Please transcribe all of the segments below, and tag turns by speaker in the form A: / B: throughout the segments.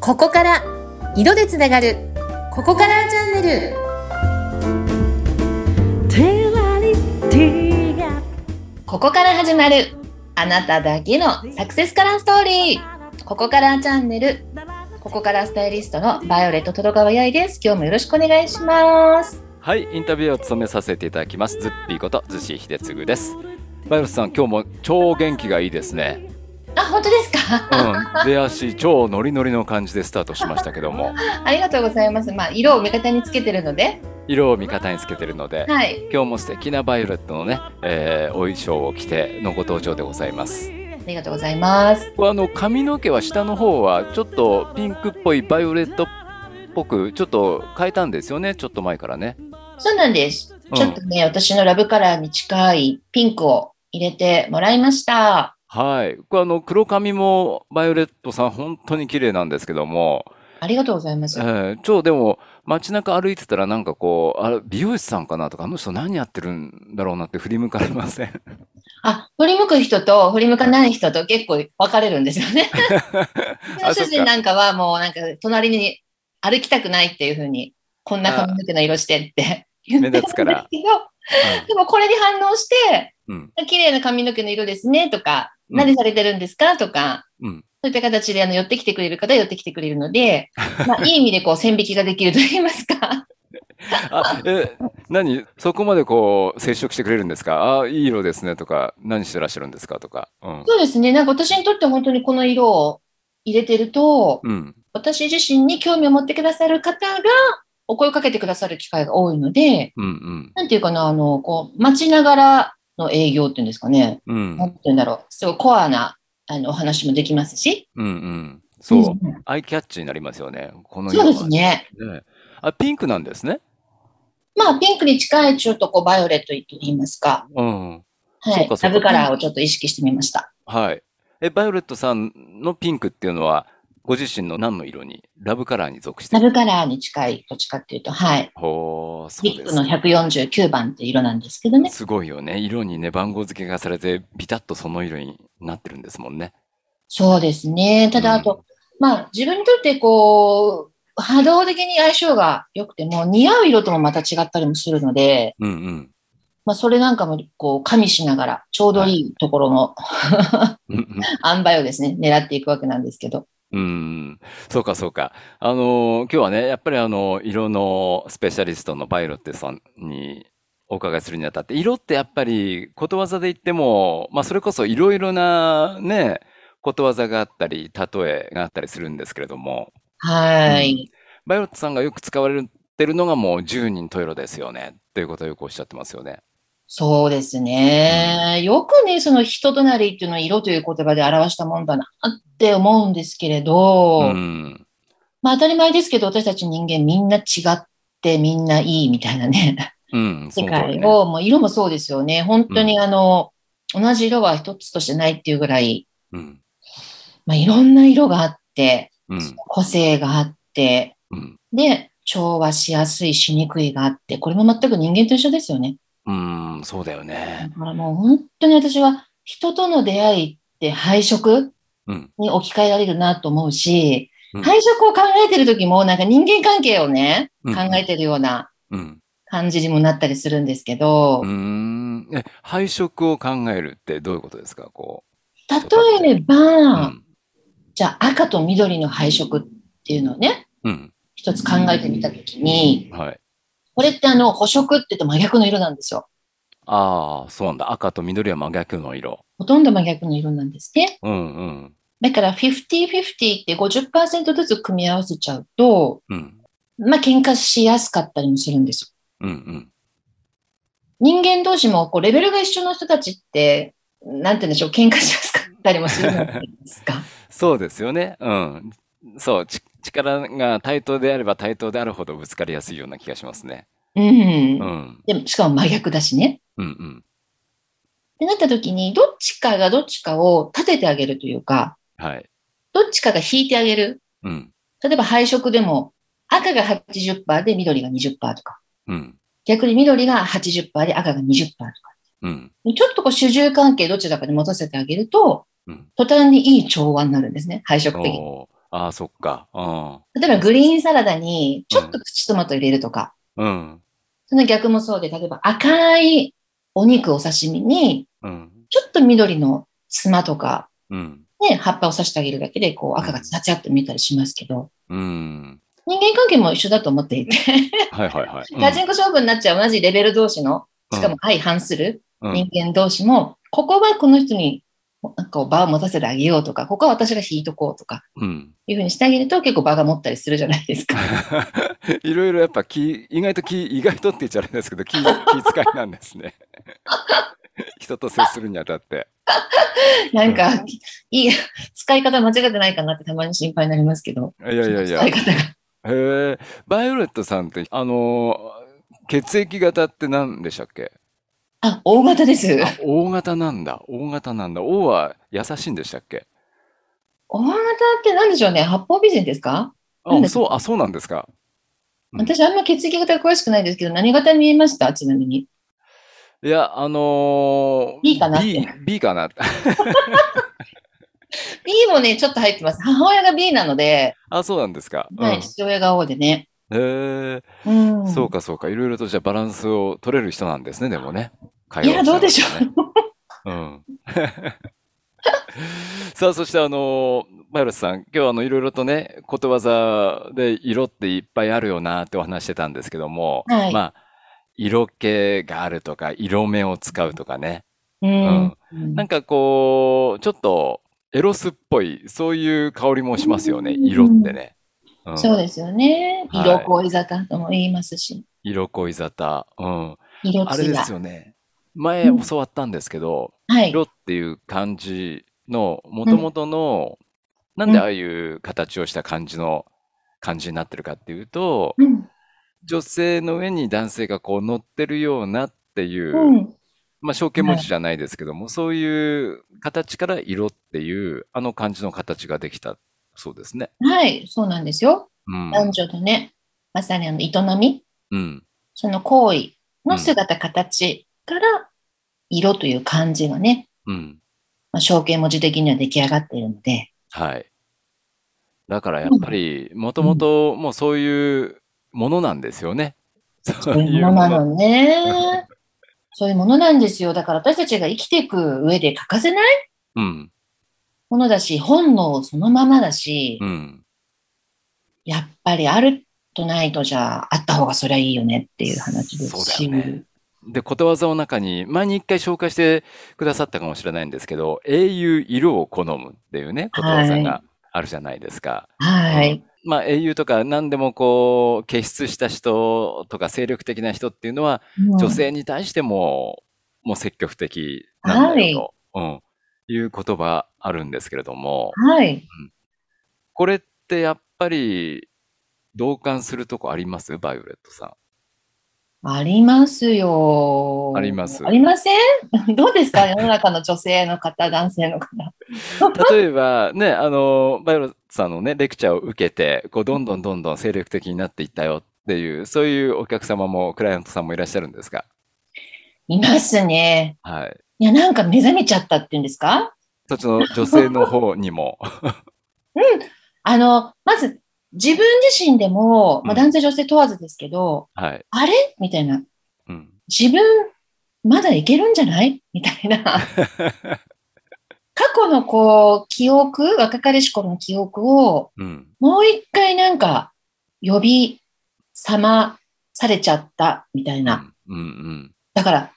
A: ここから色でつながるここからチャンネル
B: テラリティが
A: ここから始まるあなただけのサクセスカラーストーリーここからチャンネルここからスタイリストのバイオレットトロガワヤイです今日もよろしくお願いします
C: はい、インタビューを務めさせていただきます。ズッピーこと、逗子秀次です。バイロスさん、今日も超元気がいいですね。
A: あ本当ですか
C: うん、出足超ノリノリの感じでスタートしましたけども、
A: ありがとうございますまあ色を味方につけてるので
C: 色を味方につけてるので、
A: はい
C: 今日も素敵なバイオレットのね、えーお衣装を着てのご登場でございます。
A: ありがとうございます
C: あの髪の毛は下の方はちょっとピンクっぽいバイオレットっぽくちょっと変えたんですよね。ちょっと前からね。
A: そうなんです
C: うん
A: ちょっとね、私のラブカラーに近いピンクを入れてもらいました
C: はい、これあの黒髪もバイオレットさん本当に綺麗なんですけども、
A: ありがとうございます、
C: ええ超でも街中歩いてたらなんかこうあれ美容師さんかなとかあの人何やってるんだろうなって振り向かれ ません
A: あ振り向く人と振り向かない人と結構分かれるんですよね
C: あ
A: 主
C: そっ
A: 人
C: か
A: なんかはもうなんか隣に歩きたくないっていうふうにこんな髪の毛の色してって言って
C: 目立つから
A: たんですけどでもこれに反応して
C: うん
A: 綺麗な髪の毛の色ですねとか、
C: うん
A: 何されてるんですかとか
C: うん
A: そういった形であの寄ってきてくれる方は寄ってきてくれるの で、まあ、いい意味でこう線引きができると言いますか
C: あえ何そこまでこう接触してくれるんですかあいい色ですねとか何してらっしゃるんですかとかうん、
A: そうですねなんか私にとって本当にこの色を入れてると
C: うん、
A: 私自身に興味を持ってくださる方がお声をかけてくださる機会が多いので、
C: うん
A: なんていうかな、あの、こう、待ちながらの営業っていうんですかね。
C: うんうん
A: なんていうんだろう。すごいコアな、あの、お話もできますし。
C: うんうんそう、
A: ん
C: アイキャッチになりますよねこの
A: そ
C: 色
A: う
C: は
A: ですね。
C: ねあピンクなんですね
A: まあ、ピンクに近い、ちょっとこう、バイオレットと言いますか。
C: うん
A: は
C: そう
A: い
C: か。そ
A: ラ
C: うか
A: ブカラーをちょっと意識してみました。
C: はい。え、バイオレットさんのピンクっていうのは、ご自身の何の色に、ラブカラーに属して
A: ラ
C: る
A: ブカラーに近い、どっちかっていうと、はい。
C: ほー、そう
A: ビッ
C: で
A: グ
C: す
A: の
C: か。
A: 149番って色なんですけどね。
C: すごいよね。色にね、番号付けがされて、ビタッとその色になってるんですもんね。
A: そうですね。ただ、
C: うん
A: あと、まあ、自分にとってこう、波動的に相性が良くても、似合う色ともまた違ったりもするので、
C: うんうん
A: まあ、それなんかもこう加味しながら、ちょうどいいところの
C: うんうん。
A: 塩梅をですね、狙っていくわけなんですけど。
C: うん、そうかそうか。あのー今日はね、やっぱりあのー色のスペシャリストのバイロットさんにお伺いするにあたって、色ってやっぱりことわざで言っても、まあそれこそいろいろなね、ことわざがあったり、例えがあったりするんですけれども、
A: はい。
C: バイロットさんがよく使われてるのがもう十人十色ですよね、ということをよくおっしゃってますよね。
A: そうですね。よくね、その人となりっていうのを色という言葉で表したもんだなって思うんですけれど、
C: うん。
A: まあ当たり前ですけど、私たち人間みんな違ってみんないいみたいなね、
C: うん、そ
A: 世
C: の通り
A: 界
C: ね。
A: を、もう色もそうですよね。本当にあの、同じ色は一つとしてないっていうぐらい、
C: うん、
A: まあいろんな色があって、
C: うん、
A: 個性があって、
C: うん。
A: で、調和しやすい、しにくいがあって、これも全く人間と一緒ですよね。
C: うん、そうだよね
A: だ。からもう本当に私は人との出会いって配色
C: うん、
A: に置き換えられるなと思うし、
C: うん
A: 配色を考えてる時もなんか人間関係をね、
C: うん
A: 考えてるような
C: うん。
A: 感じにもなったりするんですけど
C: うー、ん。え、配色を考えるってどういうことですかこ
A: 例え
C: う。う
A: ば、
C: ん。
A: じゃあ赤と緑の配色っていうのをね、
C: うん。
A: 一つ考えてみた時に、
C: はい。
A: これってあの、補色って言うと真逆の色なんですよ。
C: ああ、そうなんだ。赤と緑は真逆の色。
A: ほとんど真逆の色なんですね。
C: うんうん。
A: だから50-50って50%ずつ組み合わせちゃうと、
C: うん。
A: まあ喧嘩しやすかったりもするんですよ。
C: うんうん。
A: 人間同士もこうレベルが一緒の人たちって、なんて言うんでしょう、喧嘩しやすかったりもするじゃないですか。
C: そうですよね。うん。そう。ち力が対等であれば対等であるほどぶつかりやすいような気がしますね。
A: うん。
C: うん。
A: でもしかも真逆だしね。
C: うんうん。
A: ってなった時に、どっちかがどっちかを立ててあげるというか、
C: はい。
A: どっちかが引いてあげる。
C: うん。
A: 例えば配色でも、赤が80%で緑が20%とか、
C: うん。
A: 逆に緑が80%で赤が20%とか。
C: うん。
A: ちょっとこう主従関係どちらかに持たせてあげると、
C: うん
A: 途端にいい調和になるんですね、配色的に。
C: おーああ、そっか。
A: 例えばグリーンサラダにちょっとプチトマト入れるとか、
C: うん。うん。
A: その逆もそうで、例えば赤いお肉お刺身に、
C: うん。
A: ちょっと緑のツマとか、
C: うん。
A: ね、葉っぱを刺してあげるだけで、こう赤がつなつやっと見えたりしますけど、
C: うん。
A: 人間関係も一緒だと思っていて、
C: はいはいはい。
A: ガチンコ勝負になっちゃう同じレベル同士の、
C: うん
A: しかも相反する
C: うんうん
A: 人間同士も、ここはこの人になんかこう場を持たせてあげようとか、ここは私が引いとこうとか、
C: うん。
A: いうふうにしてあげると結構場が持ったりするじゃないですか。
C: いろいろやっぱ気、意外と気、意外とって言っちゃあれですけど、気、気遣いなんですね。 人と接するにあたって。
A: なんか、いい、使い方間違ってないかなってたまに心配になりますけど。
C: いやいやいや。
A: 使い方が。
C: へえ、バイオレットさんって、あのー血液型って何でしたっけ
A: あ、大型です。
C: あ、O 型なんだ。O 型なんだ。O は優しいんでしたっけ
A: 大型って何でしょうね八方美人ですか、なん
C: あ、
A: だっけ
C: そう、あ、そうなんですか。うん
A: 私あんま血液型詳しくないんですけど、何型見えましたちなみに。
C: いや、あのー、
A: B かなって
C: B、B かなって。
A: B もね、ちょっと入ってます。母親が B なので、
C: あ、そうなんですか。うん
A: はい、父親が O でね。
C: へえ、
A: うん。
C: そうかそうか。いろいろとじゃあバランスを取れる人なんですね、でもね。会
A: い
C: 話を
A: や、
C: しな
A: ど
C: が
A: う
C: ら
A: でしょ
C: ね。うん。 さあ、そしてあの、バイオレスさん、今日はあの、いろいろとね、ことわざで色っていっぱいあるよなってお話してたんですけども、
A: はい
C: まあ、色気があるとか、色目を使うとかね、
A: う。うん。うん
C: なんかこう、ちょっとエロスっぽい、そういう香りもしますよね、色ってね。うん
A: そうですよね。
C: はい
A: 色恋沙汰とも言いますし、
C: 色恋沙汰。うん。
A: 色
C: あれ
A: つ
C: で
A: や
C: す。よね。前
A: うん
C: 教わったんですけど、
A: はい。
C: 色っていう漢字のもともとの、なんでああいう形をした漢字の漢字になってるかっていうと、
A: うん。
C: 女性の上に男性がこう乗ってるようなっていう、
A: うん。
C: まあ象形文字じゃないですけども、そういう形から色っていうあの漢字の形ができたそうですね。
A: はい、そうなんですよ。
C: うん。
A: 男女のね、まさにあの営み、
C: うん。
A: その行為の姿、形から色という漢字がね、
C: うん。
A: まあ、象形文字的には出来上がっているの で、
C: はい。だからやっぱり、もともともうそういうものなんですよね。そ
A: そういうものなのね。 そういうものなんですよ。だから私たちが生きていく上で欠かせない
C: うん。
A: ものだし、本能そのままだし、
C: うん。
A: やっぱりあるとないとじゃあ、あった方がそりゃいいよねっていう話です
C: そうだ
A: し。
C: よね。で、ことわざの中に、前に一回紹介してくださったかもしれないんですけど、英雄色を好むっていうね、ことわざがあるじゃないですか。
A: はい。
C: まあ、英雄とか何でもこう、傑出した人とか精力的な人っていうのは、
A: うん
C: 女性に対しても、もう積極的なんだよと、うん、いう言葉あるんですけれども、
A: はい。
C: これってやっぱり、同感するとこありますバイオレットさん。
A: ありますよ。
C: あります
A: ありませんどうです か世の中の女性の方、男性の方。
C: 例えばね、あの、バイオロさんのね、レクチャーを受けて、こう、どんどんどんどん精力的になっていったよっていう、そういうお客様も、クライアントさんもいらっしゃるんですか
A: いますね。
C: はい。
A: いや、なんか目覚めちゃったっていうんですか
C: そっちの女性の方にも。
A: あの、まず、自分自身でも、ま
C: う
A: あ、
C: ん
A: 男性女性問わずですけど、
C: はい。
A: あれみたいな。
C: うん。
A: 自分、まだいけるんじゃないみたいな。過去のこう、記憶、若かりし頃の記憶を、
C: うん。
A: もう一回なんか、呼び覚まされちゃった、みたいな。
C: うん。うん。
A: だから、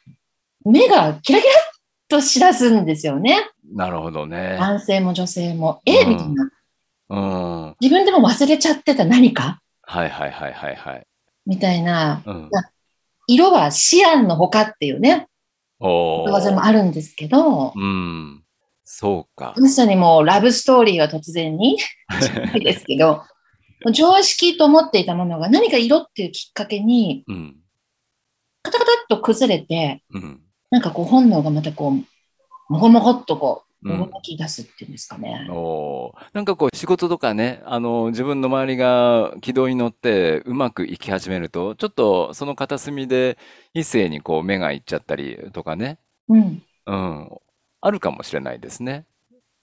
A: 目がキラキラっとしだすんですよね。
C: なるほどね。
A: 男性も女性も。え、
C: うん
A: みたいな。
C: うん。はい
A: 自分でも忘れちゃってた何か
C: はいはいはいはい。
A: みたいな。
C: うん。
A: 色はシアンの他っていうね、
C: お
A: ことわざも
C: ー。
A: あるんですけど、
C: うん。そうか。
A: まさにもうラブストーリーは突然に、じゃないですけど、常識と思っていたものが何か色っていうきっかけに、
C: うん。
A: カタカタっと崩れて、
C: うん。
A: なんかこう本能がまたこう、もごもごっとこう、
C: うん
A: 動き出すっていうんですかね。
C: おーなんかこう仕事とかね、あの自分の周りが軌道に乗ってうまくいき始めると、ちょっとその片隅で異性にこう目がいっちゃったりとかね、
A: うん。
C: うん、あるかもしれないですね。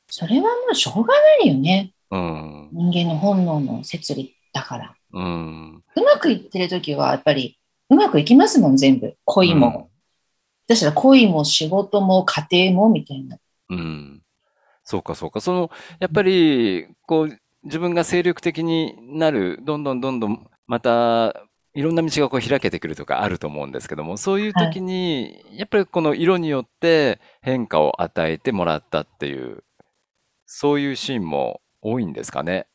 A: それはもうしょうがないよね。
C: うん。
A: 人間の本能の摂理だから。
C: うん。
A: うまくいってる時は、やっぱり、うまくいきますもん、全部。恋も。だから恋も仕事も家庭もみたいな。
C: うん。そうか、そうか。その、やっぱり、こう、自分が精力的になる、どんどんどんどん、また、いろんな道がこう開けてくるとかあると思うんですけども、そういう時に、やっぱりこの色によって変化を与えてもらったっていう、そういうシーンも多いんですかね。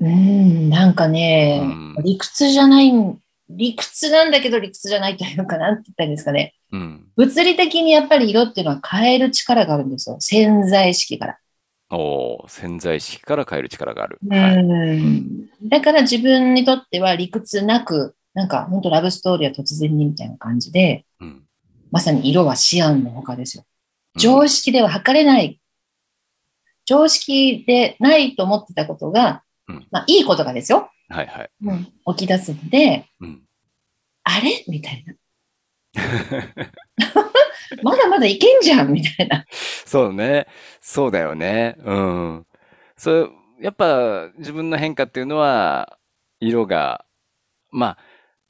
A: うーん、なんかね、
C: うん
A: 理屈じゃない、理屈なんだけど理屈じゃないというか、なんて言ったらいいんですかね。
C: うん。
A: 物理的にやっぱり色っていうのは変える力があるんですよ。潜在意識から。
C: おー潜在意識から変える力がある。
A: う
C: はい。
A: ん。だから自分にとっては理屈なく、なんか本当ラブストーリーは突然にみたいな感じで、
C: うん。
A: まさに色はシアンの他ですよ。
C: うん
A: 常識では測れない。常識でないと思ってたことが、
C: うん
A: まあいいことがですよ。
C: はいはい。
A: 起き出すので、
C: うん。
A: あれみたいな。まだまだいけんじゃんみたいな。
C: そうね。そうだよね。うん。それ、やっぱ自分の変化っていうのは、色が、まあ、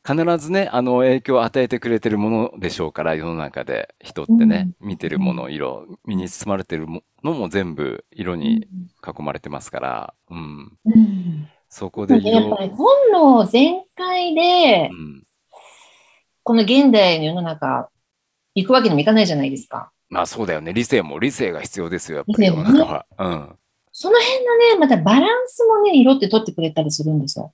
C: 必ずね、あの影響を与えてくれてるものでしょうから、世の中で人ってね、見てるもの、色、身に包まれてるものも全部色に囲まれてますから、うん。
A: うん
C: そこで
A: なんかやっ
C: 色、
A: ぱり本能全開で
C: う、ん。
A: この現代の世の中、行くわけにもいかないじゃないですか。
C: まあそうだよね。理性も理性が必要ですよ、やっぱ
A: 理
C: り
A: 性
C: 世
A: も
C: の
A: ね
C: 中は。うん。
A: その辺のね、またバランスもね、色って取ってくれたりするんですよ。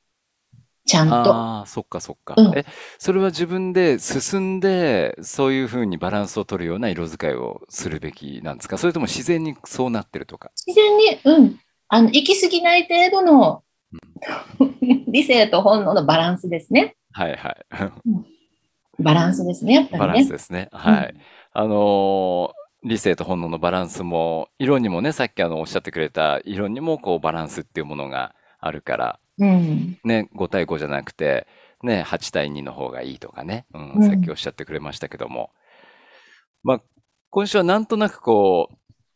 A: ちゃんと。
C: ああ、そっかそっか。
A: うん
C: え、それは自分で進んで、そういうふうにバランスを取るような色使いをするべきなんですかそれとも自然にそうなってるとか。
A: 自然に、うん。あの、行き過ぎない程度の理性と本能のバランスですね。
C: はいはい。
A: バランスですね、やっぱりね。
C: バランスですね。はい。あのー理性と本能のバランスも、色にもね、さっきあのおっしゃってくれた色にもこうバランスっていうものがあるから、
A: うん。
C: ね、5対5じゃなくて、ね、8対2の方がいいとかね、うん
A: うん
C: さっきおっしゃってくれましたけども。まあ、今週はなんとなくこ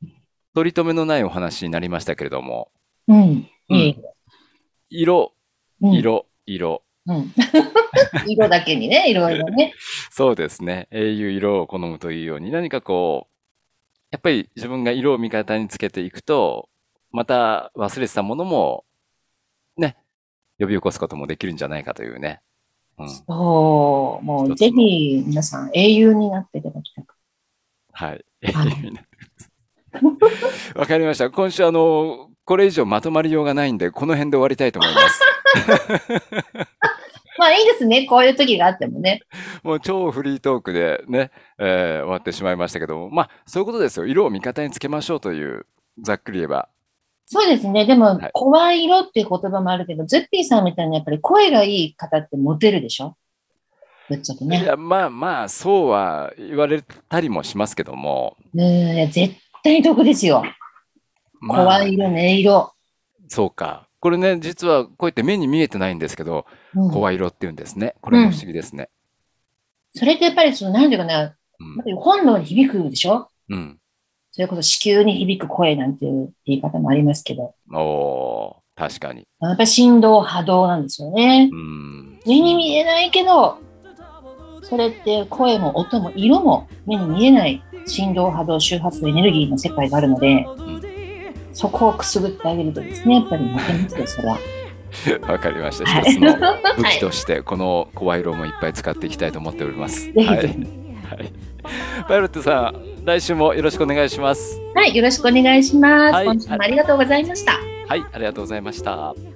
C: う、取り留めのないお話になりましたけれども、
A: うん。
C: うん
A: いい
C: 色、
A: うん
C: 色、色。
A: うん、色だけにね、いろいろね。
C: そうですね。英雄色を好むというように、何かこう、やっぱり自分が色を味方につけていくと、また忘れてたものも、ね、呼び起こすこともできるんじゃないかというね。うん。
A: そう、も
C: 一つ
A: う
C: の
A: ぜひ皆さん英雄になっていただきたく。
C: はい。
A: はい
C: 意味ないです わかりました。今週、あの、これ以上まとまりようがないんで、この辺で終わりたいと思 います。
A: まあいいですね、こういう時があってもね。
C: もう超フリートークでね、えー終わってしまいましたけども、まあ、そういうことですよ。色を味方につけましょうという、ざっくり言えば。
A: そうですね、でも
C: はい
A: 怖い色っていう言葉もあるけど、ズッピーさんみたいにやっぱり声がいい方ってモテるでしょぶっちゃけ
C: い
A: ね。
C: や、まあまあ、そうは言われたりもしますけども、
A: うん、いや絶対得ですよ。
C: まあ
A: 怖い色、音色。
C: そうか。これね、実はこうやって目に見えてないんですけど、
A: うん
C: 怖い色って言うんですね。これも不思議ですね。
A: それってやっぱりその、なんていうかな、やっぱり本能に響くでしょ
C: うん。
A: それこそ子宮に響く声なんていう言い方もありますけど、
C: うん。おー、確かに。
A: やっぱり振動、波動なんですよね。
C: うん。
A: 目に見えないけどそれって声も音も色も目に見えない振動波動周波数エネルギーの世界があるのでそこをくすぐってあげるとですねやっぱりモテますよそれは。
C: わかりました。
A: はい
C: 一つの武器として、この声色もいっぱい使っていきたいと思っております。
A: ぜひ
C: はい
A: ぜひ。
C: はいパイロットさん、来週もよろしくお願いします。
A: はい、よろしくお願いします。
C: はい
A: 今週もありがとうございました。
C: はい、ありがとうございました。
B: 「